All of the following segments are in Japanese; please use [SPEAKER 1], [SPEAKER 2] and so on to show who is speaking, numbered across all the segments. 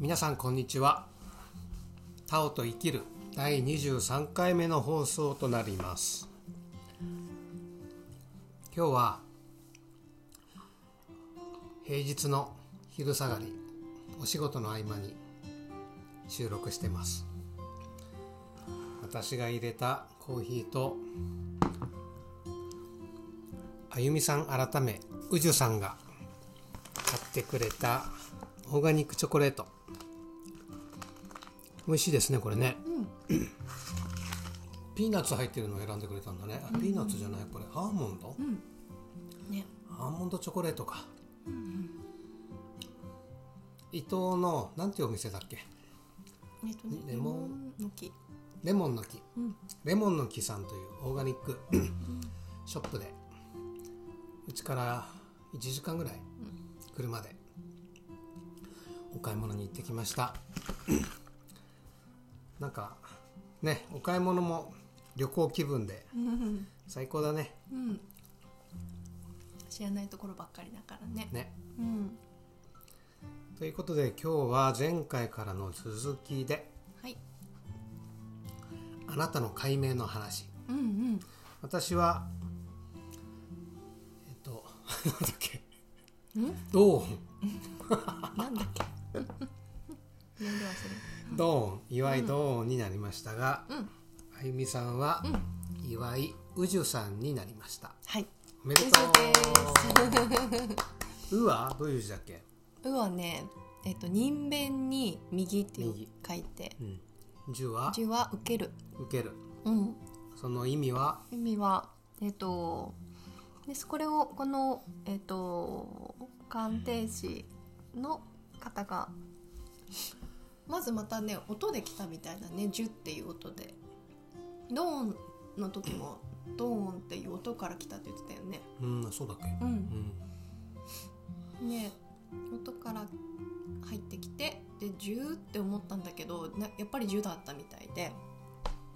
[SPEAKER 1] 皆さんこんにちはタオと生きる第23回目の放送となります今日は平日の昼下がりお仕事の合間に収録してます私が入れたコーヒーとあゆみさん改めうじゅさんが買ってくれたオーガニックチョコレート美味しいですねこれね、ピーナッツ入ってるのを選んでくれたんだねあピーナッツじゃないこれアーモンド、
[SPEAKER 2] ね、
[SPEAKER 1] アーモンドチョコレートか、伊藤のなんていうお店だっけ
[SPEAKER 2] えっとね、
[SPEAKER 1] レモン
[SPEAKER 2] レモの 木。
[SPEAKER 1] レモンの木、レモンの木さんというオーガニックショップでうちから1時間ぐらい車でお買い物に行ってきましたなんかねお買い物も旅行気分で
[SPEAKER 2] うん、
[SPEAKER 1] 最高だね
[SPEAKER 2] うん。知らないところばっかりだからね。
[SPEAKER 1] ね
[SPEAKER 2] うん、
[SPEAKER 1] ということで今日は前回からの続きで
[SPEAKER 2] はい。
[SPEAKER 1] あなたの解明の話
[SPEAKER 2] うんうん。
[SPEAKER 1] 私はえっと なんだっけ
[SPEAKER 2] ん
[SPEAKER 1] ドーン
[SPEAKER 2] なんだっけ。なんで忘れる。
[SPEAKER 1] ドーン岩井ドーンになりましたが、
[SPEAKER 2] うん
[SPEAKER 1] あゆみさんは、岩井宇宙さんになりました
[SPEAKER 2] はい。
[SPEAKER 1] おめで
[SPEAKER 2] 以
[SPEAKER 1] と
[SPEAKER 2] 上です。
[SPEAKER 1] ううわどういう字だっけ
[SPEAKER 2] うはね、えっと、人弁に右っていう
[SPEAKER 1] 右
[SPEAKER 2] 書いて。
[SPEAKER 1] うん十は
[SPEAKER 2] 字は受ける。
[SPEAKER 1] 受ける
[SPEAKER 2] うん。
[SPEAKER 1] その意味は
[SPEAKER 2] 意味は、えっと。です。これを、この、えっと、鑑定士の方が。まずまたね、音で来たみたいなね、ジュっていう音で。ドーンの時も、ドーンっていう音から来たって言ってたよね。
[SPEAKER 1] うんそうだっけ
[SPEAKER 2] う。
[SPEAKER 1] うんん
[SPEAKER 2] ね、音から入ってきて、で、ジュって思ったんだけど、なやっぱりジュだったみたいで。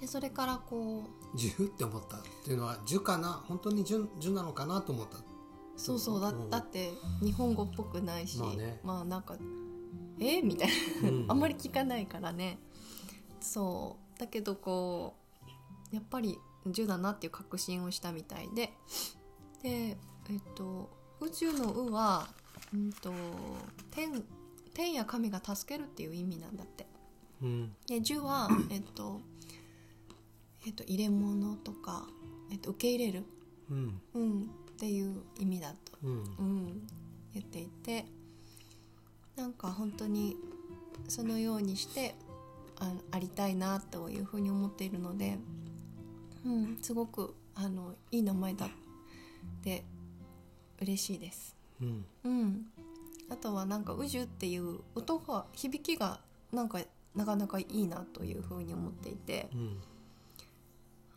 [SPEAKER 2] で、それからこう。
[SPEAKER 1] 十って思ったっていうのは十かな本当に十十なのかなと思った
[SPEAKER 2] そうそうだ
[SPEAKER 1] うん
[SPEAKER 2] だって日本語っぽくないし、
[SPEAKER 1] ま
[SPEAKER 2] ま
[SPEAKER 1] あ
[SPEAKER 2] あ
[SPEAKER 1] ね
[SPEAKER 2] なんか「えみたいな、
[SPEAKER 1] うん
[SPEAKER 2] あんまり聞かないからねそうだけどこうやっぱり10だなっていう確信をしたみたいででえっと宇宙の「う」は、うん、と天天や神が助けるっていう意味なんだって
[SPEAKER 1] うん
[SPEAKER 2] で「十」はえっとえっと入れ物とか、えっと、受け入れる、
[SPEAKER 1] うん
[SPEAKER 2] うん、っていう意味だと
[SPEAKER 1] うん
[SPEAKER 2] うん、言っていてなんか本当にそのようにしてあありたいなというふうに思っているので、うん、すごくあのいい名前だって嬉しいです。
[SPEAKER 1] うん
[SPEAKER 2] うん、あとはなんか「宇宙」っていう音が響きがなんかなかなかいいなというふうに思っていて。
[SPEAKER 1] うん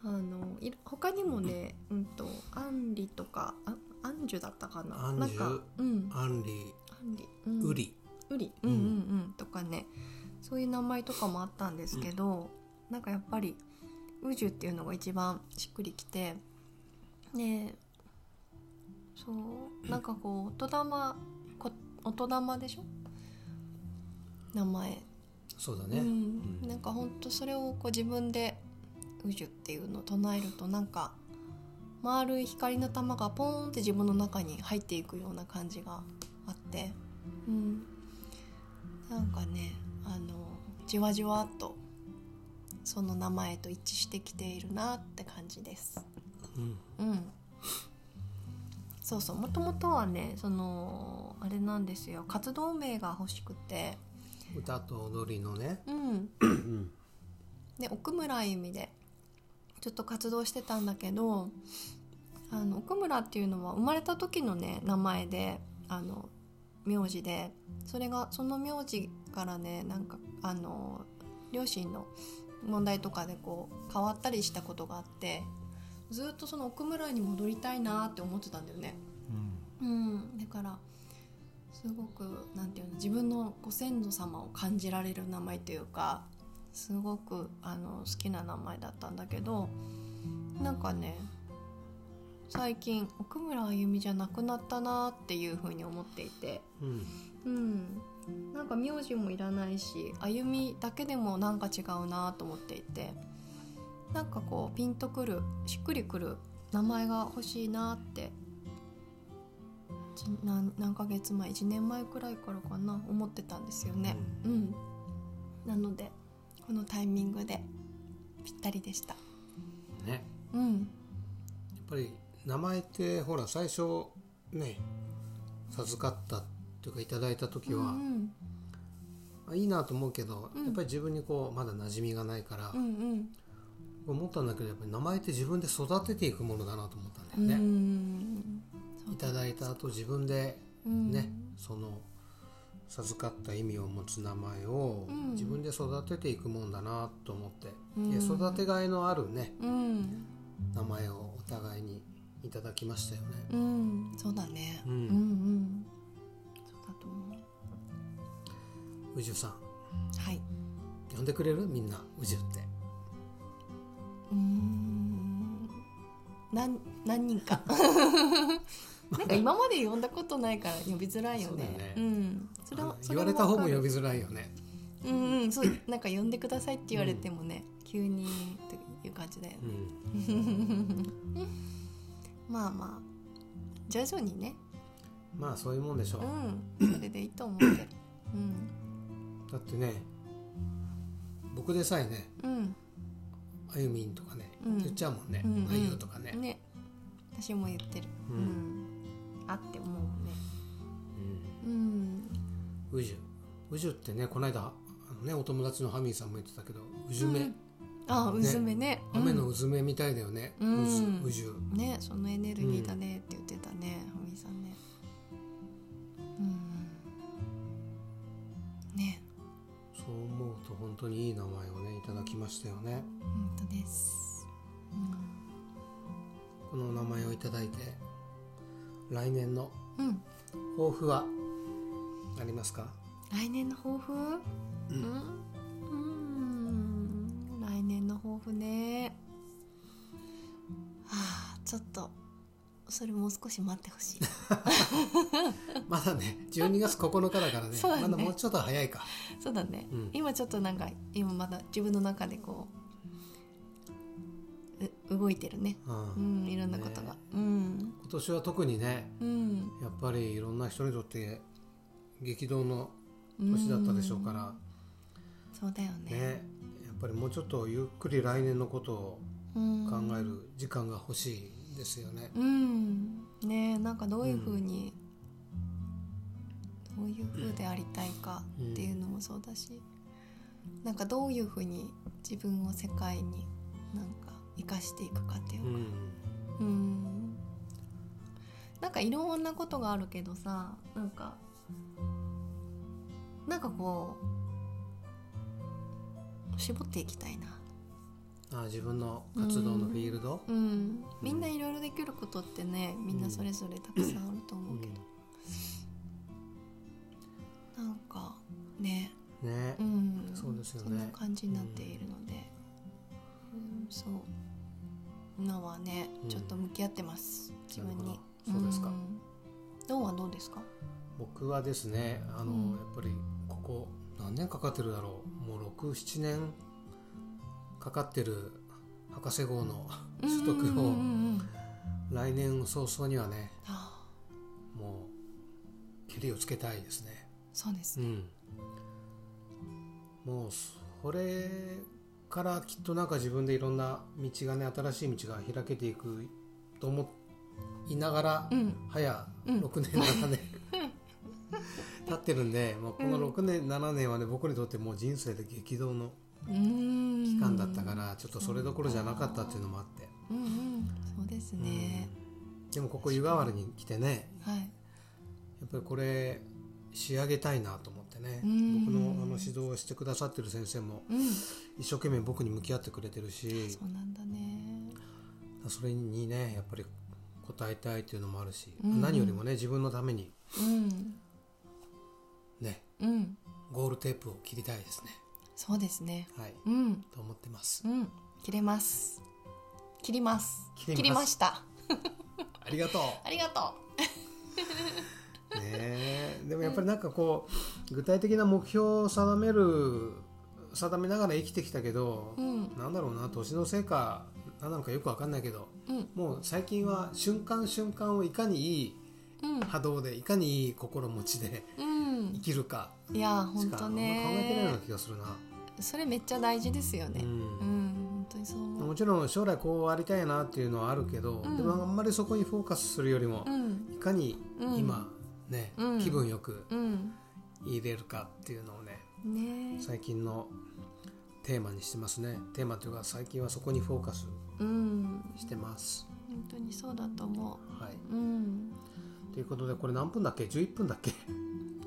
[SPEAKER 2] あのいろ他にもね、うんと、アンリとか、あアンジュだったかな。
[SPEAKER 1] アン
[SPEAKER 2] なん
[SPEAKER 1] ジュ
[SPEAKER 2] か、うん、
[SPEAKER 1] アンリ
[SPEAKER 2] アンリ、うん
[SPEAKER 1] ウリ
[SPEAKER 2] ウリうんうんうんとかねそういう名前とかもあったんですけど、なんかやっぱり宇宙っていうのが一番しっくりきてねそうなんかこう音玉こ音玉でしょ名前、
[SPEAKER 1] そうだ
[SPEAKER 2] う
[SPEAKER 1] ね
[SPEAKER 2] ん
[SPEAKER 1] う、ん
[SPEAKER 2] なんかほんとそれをこう自分で宇宙っていうのを唱えるとなんか丸い光の玉がポーンって自分の中に入っていくような感じがあって、うん、なんかねあのじわじわっとその名前と一致してきているなって感じです。
[SPEAKER 1] うん
[SPEAKER 2] うん、そうそうもともとはねそのあれなんですよ活動名が欲しくて、
[SPEAKER 1] 歌と踊りのね
[SPEAKER 2] うん、
[SPEAKER 1] うん
[SPEAKER 2] で奥村あゆみでちょっと活動してたんだけどあの奥村っていうのは生まれた時のね名前であの名字でそれがその名字からねなんかあの両親の問題とかでこう変わったりしたことがあってずっとその奥村に戻りたいなって思ってたんだよね。
[SPEAKER 1] うん
[SPEAKER 2] うん、だからすごくなんていうの自分のご先祖様を感じられる名前というかすごくあの好きな名前だったんだけどなんかね最近奥村あゆみじゃなくなったなっていうふうに思っていて、
[SPEAKER 1] うん
[SPEAKER 2] うん、ななんか名字もいらないし歩みだけでもなんか違うなと思っていてなんかこうピンとくるしっくりくる名前が欲しいなってじ何何ヶ月前1年前くらいからかな思ってたんですよねうんなのでこのタイミングでぴったりでした
[SPEAKER 1] ねやっ
[SPEAKER 2] うん
[SPEAKER 1] ぱり名前ってほら最初ね授かったっていうかいただいた時は、
[SPEAKER 2] うん
[SPEAKER 1] あいいなと思うけど、
[SPEAKER 2] うん
[SPEAKER 1] やっぱり自分にこうまだ馴染みがないから、
[SPEAKER 2] うんうん
[SPEAKER 1] 思ったんだけどやっぱり名前って自分で育てていくものだなと思ったんだ
[SPEAKER 2] う
[SPEAKER 1] よ
[SPEAKER 2] んう
[SPEAKER 1] ね、
[SPEAKER 2] ん
[SPEAKER 1] いただいた後自分で
[SPEAKER 2] うん
[SPEAKER 1] ね、その授かった意味を持つ名前を
[SPEAKER 2] うん
[SPEAKER 1] 自分で育てていくもんだなと思って、
[SPEAKER 2] うん
[SPEAKER 1] で育てがいのあるね
[SPEAKER 2] うん
[SPEAKER 1] 名前をお互いにいただきましたよね、
[SPEAKER 2] うんそうだね
[SPEAKER 1] うん
[SPEAKER 2] うんうんそうだと思う
[SPEAKER 1] 宇宙さん
[SPEAKER 2] はい
[SPEAKER 1] 呼んでくれるみんな宇宙って
[SPEAKER 2] うーんなん何 人かなんか今まで呼んだことないから呼びづらいよね
[SPEAKER 1] そうだよね
[SPEAKER 2] んそれ
[SPEAKER 1] あ
[SPEAKER 2] は
[SPEAKER 1] の
[SPEAKER 2] そ
[SPEAKER 1] 言わ
[SPEAKER 2] れも
[SPEAKER 1] れた方も
[SPEAKER 2] わか
[SPEAKER 1] 呼
[SPEAKER 2] る
[SPEAKER 1] びづらいよね
[SPEAKER 2] うんうんそうなんか呼んでくださいって言われてもね、急にっていう感じだよね
[SPEAKER 1] う、ん
[SPEAKER 2] まあまあ徐々にね
[SPEAKER 1] まあそういうもんでしょう、
[SPEAKER 2] うんそれでいいと思ってる
[SPEAKER 1] だってね僕でさえね
[SPEAKER 2] うんうん
[SPEAKER 1] あゆみんとかね、
[SPEAKER 2] うん
[SPEAKER 1] 言っちゃうもんね、
[SPEAKER 2] うんうん
[SPEAKER 1] あゆとかね、
[SPEAKER 2] ね私も言ってる
[SPEAKER 1] う
[SPEAKER 2] うん、
[SPEAKER 1] ん
[SPEAKER 2] あって思うもんねうん
[SPEAKER 1] うん、宇宙宇宙ってねこの間あのねお友達のハミーさんも言ってたけど宇宙め、
[SPEAKER 2] うんあうずめね
[SPEAKER 1] 雨
[SPEAKER 2] う
[SPEAKER 1] の
[SPEAKER 2] ん
[SPEAKER 1] うずめみたいだよね、
[SPEAKER 2] う
[SPEAKER 1] うんん、宇宙
[SPEAKER 2] ねそのエネルギーだねって言ってたね、ハミさんねうんね
[SPEAKER 1] そう思うと本当にいい名前をねいただきましたよね
[SPEAKER 2] 本当です、
[SPEAKER 1] この名前をいただいて来年の
[SPEAKER 2] うん、うん、
[SPEAKER 1] 抱負はありますか
[SPEAKER 2] 来年の抱負うん、うん、来年の抱負ねはあちょっとそれもう少し待ってほしい
[SPEAKER 1] まだね12月9日だからね
[SPEAKER 2] そうだね
[SPEAKER 1] まだもうちょっと早いか
[SPEAKER 2] そうだね、
[SPEAKER 1] うん
[SPEAKER 2] 今ちょっとなんか今まだ自分の中でこうう動いてるね
[SPEAKER 1] うん、
[SPEAKER 2] うん、いろんなことが、
[SPEAKER 1] ね
[SPEAKER 2] うん、
[SPEAKER 1] 今年は特にね
[SPEAKER 2] うん、
[SPEAKER 1] やっぱりいろんな人にとって激動の
[SPEAKER 2] うん
[SPEAKER 1] 年だったでしょうから、
[SPEAKER 2] そうだよね
[SPEAKER 1] ねやっぱりもうちょっとゆっくり来年のことを
[SPEAKER 2] うん、
[SPEAKER 1] 考える時間が欲しいですよね。
[SPEAKER 2] うんねえなんかどういうふうに、どういうふうでありたいかっていうのもそうだし、なんかどういうふうに自分を世界になんか生かしていくかっていう
[SPEAKER 1] う
[SPEAKER 2] か、
[SPEAKER 1] ん、
[SPEAKER 2] うんなんかいろんなことがあるけどさなんかなんかこう絞っていきたいな
[SPEAKER 1] あ自分の活動のフィールド、
[SPEAKER 2] うんみんないろいろできることってねみんなそれぞれたくさんあると思うけど、なんかね
[SPEAKER 1] うんね
[SPEAKER 2] う、ん
[SPEAKER 1] そうですよね
[SPEAKER 2] そんな感じになっているので、うん、そう今はね
[SPEAKER 1] うん
[SPEAKER 2] ちょっと向き合ってます、自分
[SPEAKER 1] な
[SPEAKER 2] に
[SPEAKER 1] るほどそうですか
[SPEAKER 2] んドンはどうですか
[SPEAKER 1] 僕はですねあの、
[SPEAKER 2] うん
[SPEAKER 1] やっぱりここ何年かかってるだろうもう67年かかってる博士号の取得
[SPEAKER 2] うんう
[SPEAKER 1] を
[SPEAKER 2] んうんうん
[SPEAKER 1] 来年早々にはね
[SPEAKER 2] ああ
[SPEAKER 1] もうけりをつけたいですね。
[SPEAKER 2] そうです
[SPEAKER 1] う
[SPEAKER 2] ね、
[SPEAKER 1] ん、もうそれからきっとなんか自分でいろんな道がね新しい道が開けていくと思いながら、
[SPEAKER 2] うん
[SPEAKER 1] 早
[SPEAKER 2] うん
[SPEAKER 1] 6年7年 経ってるんでもうこ
[SPEAKER 2] うん
[SPEAKER 1] の6年7年はね僕にとってもう人生で激動の期
[SPEAKER 2] 期
[SPEAKER 1] 間だったからちょっとそれどころじゃなかったっていうのもあって、
[SPEAKER 2] うんうんそうですね、
[SPEAKER 1] うんでもここ湯河原に来てね
[SPEAKER 2] はい
[SPEAKER 1] やっぱりこれ仕上げたいなと思ってね
[SPEAKER 2] うん
[SPEAKER 1] 僕のあの指導をしてくださってる先生も
[SPEAKER 2] うん
[SPEAKER 1] 一生懸命僕に向き合ってくれてるし
[SPEAKER 2] そうなんだね
[SPEAKER 1] それにねやっぱり応えたいっていうのもあるし、
[SPEAKER 2] うん
[SPEAKER 1] 何よりもね自分のために
[SPEAKER 2] うん
[SPEAKER 1] ね
[SPEAKER 2] うん
[SPEAKER 1] ゴールテープを切りたいですね
[SPEAKER 2] そうですね
[SPEAKER 1] はい
[SPEAKER 2] うん
[SPEAKER 1] と思ってます
[SPEAKER 2] うん切れます切ります
[SPEAKER 1] 切れます
[SPEAKER 2] 切りました
[SPEAKER 1] ありがと
[SPEAKER 2] ありがと
[SPEAKER 1] うねねでもやっぱりなんかこう具体的な目標を定める定めながら生きてきたけど
[SPEAKER 2] う、ん
[SPEAKER 1] なんだろうな年のせいか何なのかよく分かんないけど
[SPEAKER 2] うん
[SPEAKER 1] もう最近は瞬間瞬間をいかにいい
[SPEAKER 2] うん
[SPEAKER 1] 波動でいかにいい心持ちで
[SPEAKER 2] うん
[SPEAKER 1] 生きるか
[SPEAKER 2] いや
[SPEAKER 1] し
[SPEAKER 2] 本
[SPEAKER 1] かあ
[SPEAKER 2] 当
[SPEAKER 1] んま考えてないような
[SPEAKER 2] ね
[SPEAKER 1] 気がするな、
[SPEAKER 2] それめっちゃ大事ですよね
[SPEAKER 1] う
[SPEAKER 2] うんん本当にそう思う
[SPEAKER 1] もちろん将来こうありたいなっていうのはあるけど、
[SPEAKER 2] うん
[SPEAKER 1] でもあんまりそこにフォーカスするよりも
[SPEAKER 2] う、ん
[SPEAKER 1] いかに
[SPEAKER 2] うん
[SPEAKER 1] 今ね、
[SPEAKER 2] うん
[SPEAKER 1] 気分よく
[SPEAKER 2] うん
[SPEAKER 1] 入れるかっていうのをね
[SPEAKER 2] ね
[SPEAKER 1] 最近のテーマにしてますねテーマというか最近はそこにフォーカス
[SPEAKER 2] うん
[SPEAKER 1] してます
[SPEAKER 2] 本当にそうだと思
[SPEAKER 1] はいう
[SPEAKER 2] うん
[SPEAKER 1] ということでこれ何分だっけ11分だっけ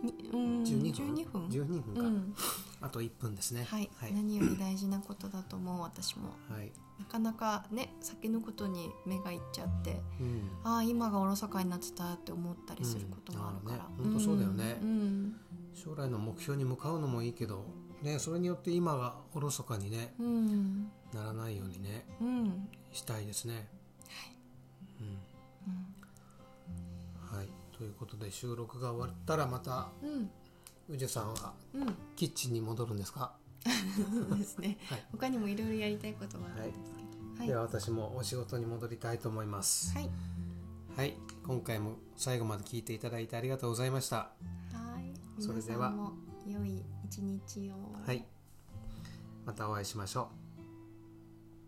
[SPEAKER 2] にうん
[SPEAKER 1] 12分
[SPEAKER 2] 12分
[SPEAKER 1] 12分か、
[SPEAKER 2] うん
[SPEAKER 1] あと1分ですね
[SPEAKER 2] はい
[SPEAKER 1] はい、
[SPEAKER 2] 何より大事なことだと思う私も
[SPEAKER 1] はい
[SPEAKER 2] なかなかね先のことに目がいっちゃって
[SPEAKER 1] うん
[SPEAKER 2] ああ今がおろそかになってたって思ったりすることもあるか
[SPEAKER 1] う
[SPEAKER 2] ら、
[SPEAKER 1] んあーねほんとそうだよね
[SPEAKER 2] うん
[SPEAKER 1] 将来の目標に向かうのもいいけど、ね、それによって今がおろそかに、ね、
[SPEAKER 2] うん
[SPEAKER 1] ならないようにね
[SPEAKER 2] うん、うん
[SPEAKER 1] したいですね。
[SPEAKER 2] うん
[SPEAKER 1] うんはい、ということで収録が終わったらまた
[SPEAKER 2] うん
[SPEAKER 1] 宇治さんは
[SPEAKER 2] うん
[SPEAKER 1] キッチンに戻るんですか、
[SPEAKER 2] そうですね、
[SPEAKER 1] はい
[SPEAKER 2] 他にもいろいろやりたいことがあるんですけ
[SPEAKER 1] で
[SPEAKER 2] ど
[SPEAKER 1] は
[SPEAKER 2] はい
[SPEAKER 1] 私もお仕事に戻りたいと思います。
[SPEAKER 2] はい
[SPEAKER 1] はい、今回も最後まで聞いていただいてありがとうございました。
[SPEAKER 2] はい
[SPEAKER 1] それ
[SPEAKER 2] 皆
[SPEAKER 1] で
[SPEAKER 2] さ
[SPEAKER 1] は
[SPEAKER 2] んも良い一日を
[SPEAKER 1] はい、またお会いしましょう。